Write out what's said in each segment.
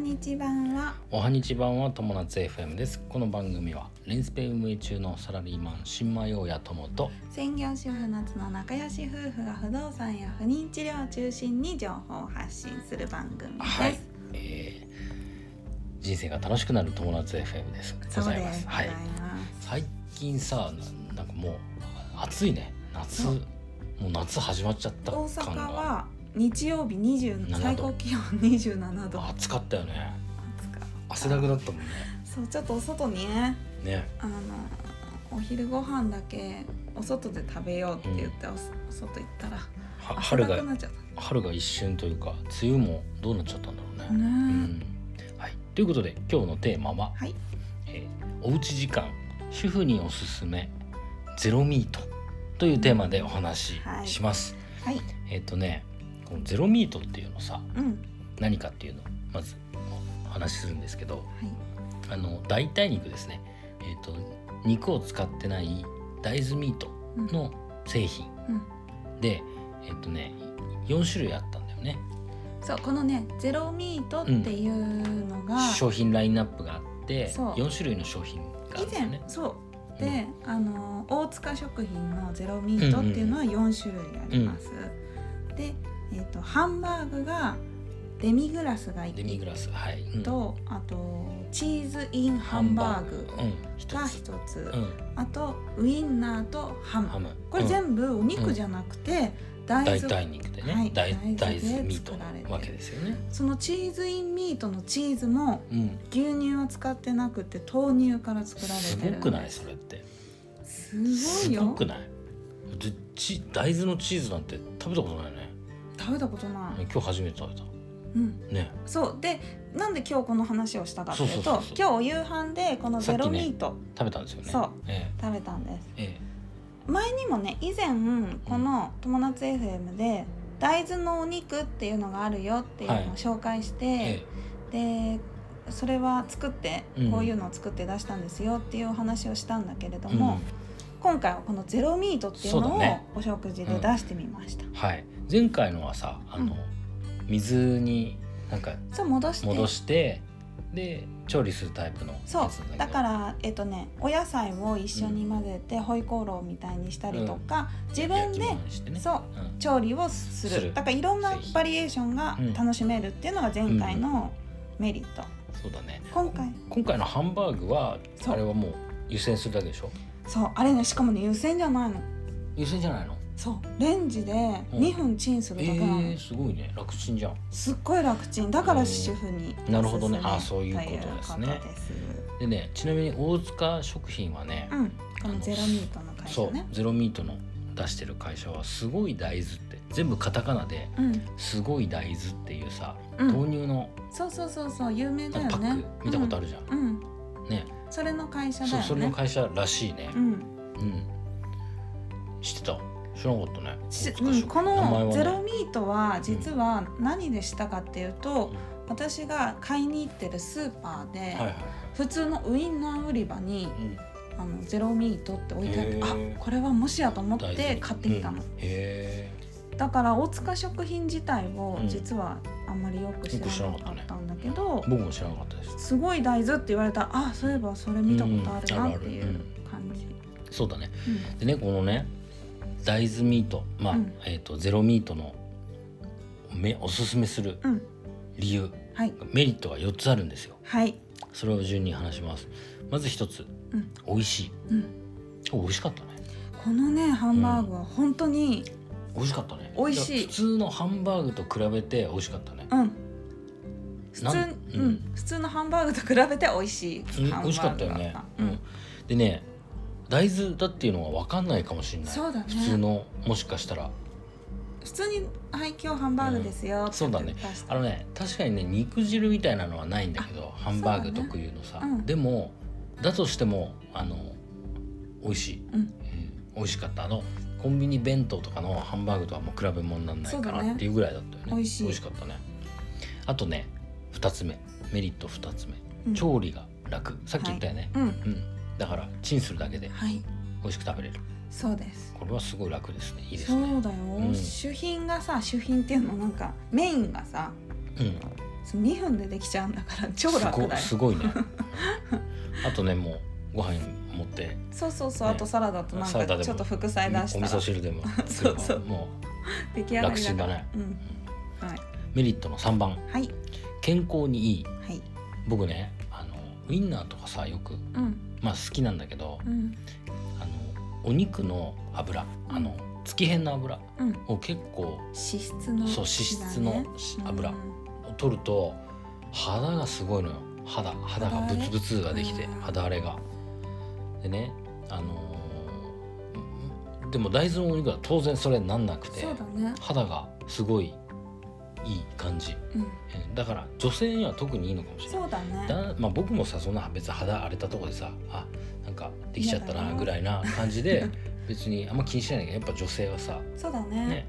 にち版はおはにちばんは友達 FM ですこの番組はレンスペ運営中のサラリーマン新米大家友と専業主婦夏の仲良し夫婦が不動産や不妊治療を中心に情報を発信する番組です、はい、えー人生が楽しくなる友達 FM ですごそうざでいすますはいございます最近さななんかもう暑いね夏うもう夏始まっちゃった大感阪がは日曜日20度最高気温27度暑かったよね暑か汗だくだったもんねそうちょっとお外にねねあのお昼ご飯だけお外で食べようって言ってお,、外行ったらは汗春だくがなっちゃっ春が一瞬というか梅雨もどうなっちゃったんだろうねたね、うんはい、ということで今日のテーマは、はいえーおうち時間主婦におすすめゼロミートというテーマでお話しします。はいえっ、とねこのゼロミートっていうのさうん何かっていうのをまずお話しするんですけどはいあの代替肉ですね、えっと肉を使ってない大豆ミートうんの製品うんで、えっ、とね4種類あったんだよねそうこのねゼロミートっていうのが、商品ラインナップがあってそう4種類の商品が以あるんだよ前ね。そうで、あの大塚食品のゼロミートっていうのは4種類あります、で、えー、とハンバーグがデミグラスがデミ1グラスはい、うんとあとチーズインハンバーグうん一がつ、 1つ、うん、あとウインナーとハムハムこれ全部お肉じゃなくて、大大豆体肉でね、はい大大大豆で豆ミート作られてるなわけですよね、そのチーズインミートのチーズもうん、牛乳を使ってなくて豆乳から作られてするごくないそれってすごいよすごくないでチ大豆のチーズなんて食べたことないね食べたことない、今日初めて食べたうん、ねそうでなんで今日この話をしたかというとそうそうそうそ今う日お夕飯でこのゼロミート食べたんですよねそうえ食べたんですええ前にもね以前この「友達 FM」で大豆のお肉っていうのがあるよっていうのを紹介して、ええでそれは作ってうんこういうのを作って出したんですよっていうお話をしたんだけれどえも、今回はこのゼロミートっていうそのうをだねお食事で出してみましたう。ん、はい前回のはさあの、う水になんかそう戻して戻してで調理するタイプのやつそうなんだかららえっとねお野菜を一緒に混ぜて、ホイコーローみたいにしたりとか、自分で、してねそううん調理をするするだからいろんなぜひバリエーションがうん楽しめるっていうのが前回のメリット、そうだね今回今回のハンバーグはそうあれはもう湯煎するだけでしょそうあれねしかもね湯煎じゃないの湯煎じゃないのそうレンジでうん2分チンするえだけなの、ー、すごいね楽ちんじゃんすっごい楽ちんだから主婦にうんなるほどおねすすめあそういうことですねということですでねちなみに大塚食品はね、うんこのゼロミートの会そ社うねゼロミートの出してる会社はすごい大豆って全部カタカナでうん、すごい大豆っていうさ、うん、豆乳のそうそうそうそう有名だなんよねかパック見たことあるるじゃん、うん、うんねそれの会社だよそうねそれの会社らしいねうんうん、知ってた知らなかったねし大塚うん、食こ名前はの「ねゼロミート」は実は何でしたかっていうと、うん私が買いに行ってるスーパーで、はいはいはい普通のウインナー売り場にうん「あのゼロミート」って置いてあってへーあこれはもしやと思っ大豆て買ってきたの、うんへえだから大塚食品自体をうん実はあんまりよく知らなかったんだけど、僕も知らなかったですすごい大豆って言われたらあそういえばそれ見たことあるうんあるなあっるていう感じ。そうだねうんでねこのね大豆ミートまあ、うんえっ、とゼロミートのめおすすめするうん理由はいメリットが4つあるんですよはい、それを順に話しますまず1つ、うん美味しいうん、お美味しかったねこのねハンバーグは本当に美味しかったね美味しいや普通のハンバーグと比べて美味しかったねうん普通,、なうんんうん普通のハンバーグと比べて美味しいうんハンバーグ美味しかったよねだっ、うたん、でね大豆だっていうのは分かんないかもしれないそうだね普通のもしかしたら普通に「はい今日ハンバーグですよ」ってそうだね出したあのね確かにね肉汁みたいなのはないんだけどハンバーグ特有のさ、そうだねうんでもだとしてもあの美味しい、うんうん美味しかったあのコンビニ弁当とかのハンバーグとはもう比べ物にならないそうかだねなっていうぐらいだったよね美味しいかったねあとね2つ目メリット2つ目、うん調理が楽さっき言ったよね、うんうんだからチンするだけではい美味しく食べれるそうですこれはすごい楽ですねいいですそねうだよ、ん主品がさ主品っていうのなんかメインがさうんその2分でできちゃうんだから超す楽ごだよすごいねあとねもうご飯持ってそうそうそう、ねあとサラダとなんサラダでかもちょっと副菜出おし味たら噌汁でも そうそうも出来上が楽りちんかだらねうんはうメリットの3番いはい健康にいいはい僕ねあのウインナーとかさよくうんまあ好きなんだけどうんあのお肉の油あの月変の油うんを結構脂質のそう脂質の油を取ると肌がすごいのよ肌肌がブツブツができてうん肌荒れが。でねあのーでも大豆のお肉は当然それなんなくてそうだね肌がすごいいい感じうんえだから女性には特にいいのかもしれない。そうだねだまあ、僕もさそんな別に肌荒れたとこでさあなんかできちゃった嫌だななぐらいな感じで 別にあんま気にしないんだけどやっぱ女性はさ、そうだねね、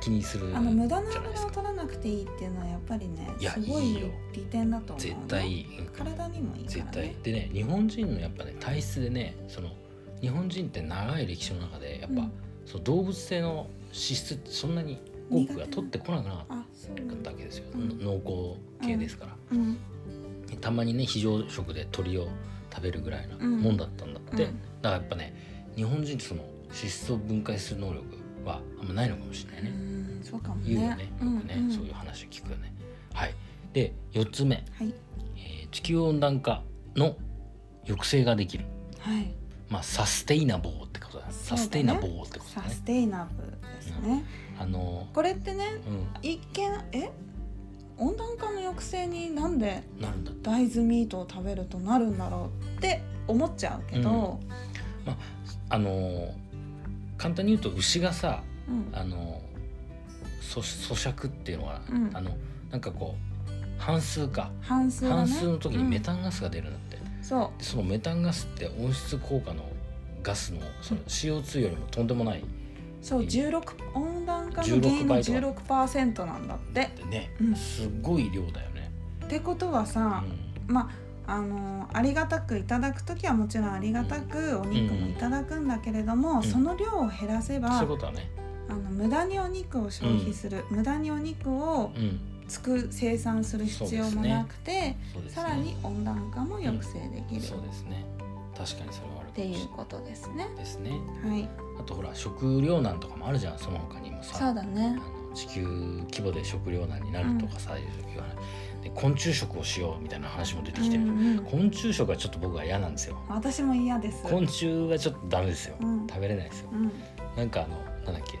気にするじゃあの無駄なないで油すをか取らなくていいっていうのはやっぱりねいやすごいいいよ利点だと思うね絶対いい、うん体にもいいから絶ね対でね日本人のやっぱね体質でねその日本人って長い歴史の中でやっぱ、うんその動物性の脂質ってそんなに多くは取ってこなくなかあそうなっんただわけですよ、うん濃厚系ですから、うんたまにね非常食で鶏を食べるぐらいなうんもんだったんだって、うんだからやっぱね日本人ってその脂質を分解する能力はあんまないのかもしれないうね、んそうかもね言うよねよくね、んんそういう話を聞くよねはいで4つ目、はいえー地球温暖化の抑制ができるはいまあサステイナボーってことだそうだねサステイナボーってことサだねステイナブルですねあのこれってねう一見え温暖化の抑制になんでんなるんだって大豆ミートを食べるとなるんだろうって思っちゃうけど、あのー簡単に言うと牛がさうんあのそ咀嚼っていうのは、うんあのなんかこう半数か半数だ半ね数の時にメうタンガスが出るんだって、んそでそのメタンガスって温室効果のガスのその CO2 よりもとんでもないっうそう16温暖化の原因の16%なんだって。てね、うんすごい量だよね。ってことはさ、うまああのありがたくいただく時はもちろんありがたくお肉もいただくんだけれども、んその量を減らせん、そういばう、ことはね、あの無駄にお肉を消費する、無駄にお肉をうん、作生産する必要もなくて、そうですねさらに温暖化も抑制できる、そうっですね確かにそれはあるてかもしれいうないことですね。ですね。はい、あとほら食糧難とかもあるじゃんその他にもさそうだねあ。の地球規模で食糧難になるとかさ、いう時はで昆虫食をしようみたいな話も出てきてる、うんうん昆虫食はちょっと僕は嫌なんですよ私も嫌です。昆虫はちょっとダメですよ、うん食べれないですようん、なんかあのなんだっけ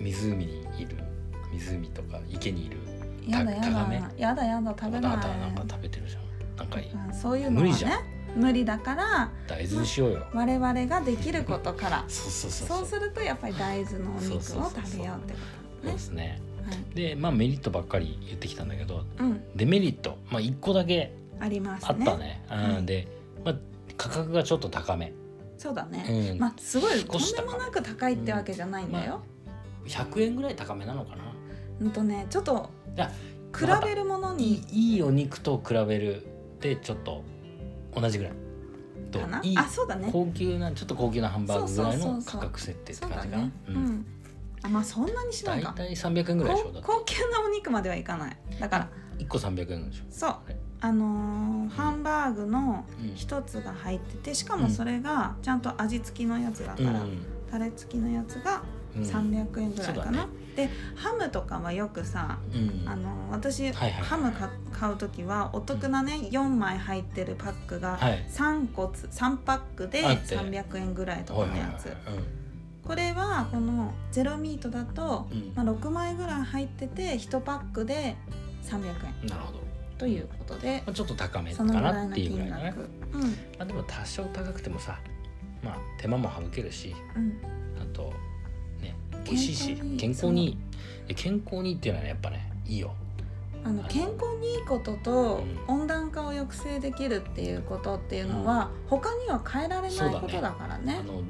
湖にいる湖とか池にいるやだやタガメだやだやだ食べないあなたなんか食べてるじゃんなんかいいうんそういうのは無理じゃね無理だから大豆にしようよ、我々ができることからそうそうそうそうするとやっぱり大豆のお肉をそうそうそうそう食べようってこそうとでね。すねはい、でまあメリットばっかり言ってきたんだけどうん、デメリットまあ1個だけありますあね。ったね。はういん、で、まあ、価格がちょっと高め。そうだね。うん、まあすごいと少んしで高いもなく高いってわけじゃないんだよ。 100円ぐらい高めなのかな。うんとねちょっといや比べるものいいに、いいお肉と比べるでちょっと同じぐらい。どうかないいあそうだね。高級なちょっと高級なハンバーグぐらいそうそのうそうそ価う格設定ってそう感だじかなね。。うん。あまあそんなにしなだいいか。たい300円ぐらいでしょ。だって高級なお肉まではいかない。だから1個300円でしょ。そうれあのーハンバーグのうん一つが入っててしかもそれがちゃんと味付きのやつだかうら、んタレ付きのやつがうん。 300円ぐらいかそうだな、でハムとかはよくさうん。あの私、はいはいハムか買う時はお得なね4枚入ってるパックがはい3個つ3パックであって300円ぐらいとはかいはのいはやつい。これはこのゼロミートだと、うんまあ、6枚ぐらい入ってて1パックで300円うん。なるほど。まということであちょっと高めかそのぐらないっのていうぐ金らいだね額。うんまあでも多少高くてもさ、まあ手間も省けるし、うんあとね美味しいし健健康康にいにいいで健康にいいっていうのはねやっぱねいいよあの健康にいいこととう温暖化を抑制できるっていうことっていうのは他には変えられそなういだねことだからあね。の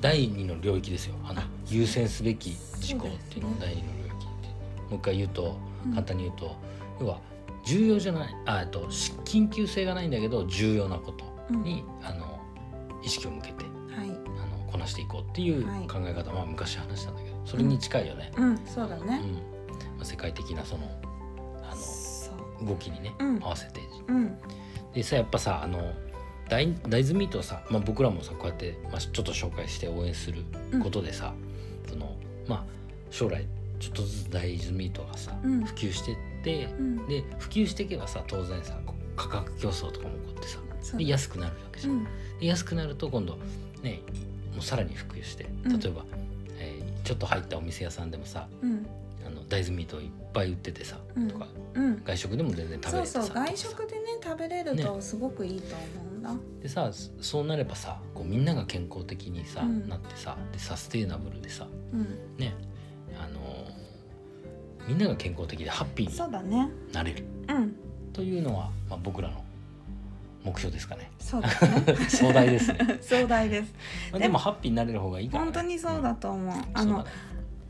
第二の領域ですよあのあ優先すべき事項っていうのを第二の領域ってもう一回言うとうん簡単に言うと、要は重要じゃないあえっとし緊急性がないんだけど重要なことに、あの意識を向けてはい。あのこなしていこうっていうはい考え方、まあ昔話したんだけどそれに近いよね。うん、そうだうね。んまあ世界的なその動きにね、うん合わせてうんでさやっぱさあの大大豆ミートをさ、まあ、僕らもさこうやって、まあ、ちょっと紹介して応援することでさ、そのまあ将来ちょっとずつ大豆ミートがさ、うん普及してってうんで普及していけばさ当然さこう価格競争とかも起こってさそうで安くなるわけじうゃん。んで安くなると今度ねもうさらに普及してうん例えば、えーちょっと入ったお店屋さんでもさうんあの大豆ミートいっぱい売っててさ、うんとかうん外食でも全然食べそれうてさそう外とか食でね食べれるとすごくいいと思うんだ、さでさそうなればさこうみんなが健康的にさ、うんなってさでサステイナブルでさうんねあのーみんなが健康的でハッピーそうだねになれるうんというのは、まあ、僕らの目標ですかねそうだ ね壮大です ね、壮大ですまでもあでもハッピーになれる方がいいから、ね、本当にそうだと思う、うんあそのうだね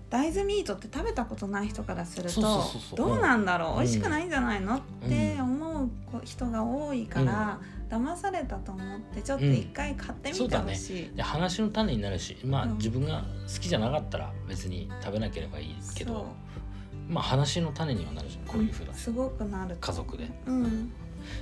大豆ミートって食べたことない人からするとそうそうそうそうどうなんだろう、うん美味しくないんじゃないのって思う子人が多いから、騙されたと思ってちょっと一回買ってみてほしい、で話の種になるしまあ、うん自分が好きじゃなかったら別に食べなければいいけそうどまあ話の種にはなるじゃんこういうふうな、すごくなる家族でうん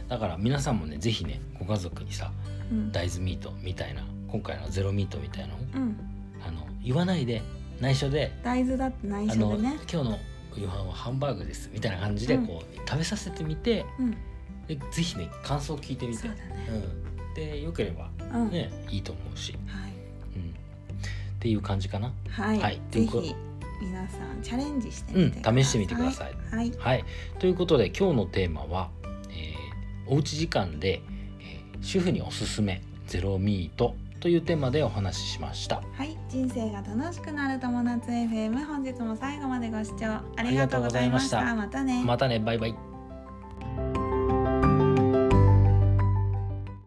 だから皆さんもねぜひねご家族にさうん大豆ミートみたいな今回のゼロミートみたいなのをうんあの言わないで内緒で大豆だって内あ緒のでね今日の夕飯はハンバーグですみたいな感じでうんこう、食べさせてみてうんでぜひね感想を聞いてみそてうだねうん、でよければうん、ねいいと思うし、はうん、っていう感じかな。い、ははいい、とぜいうこひ皆さんチャレンジしてうみてください、ん、試してみてください。はいはい、ということで今日のテーマは、えーおうち時間で、えー主婦におすすめゼロミートというテーマでお話ししました。はい、人生が楽しくなる友達 FM 本日も最後までご視聴ありがとうございましたありがとうござまたいましたねまたね、バイバイ。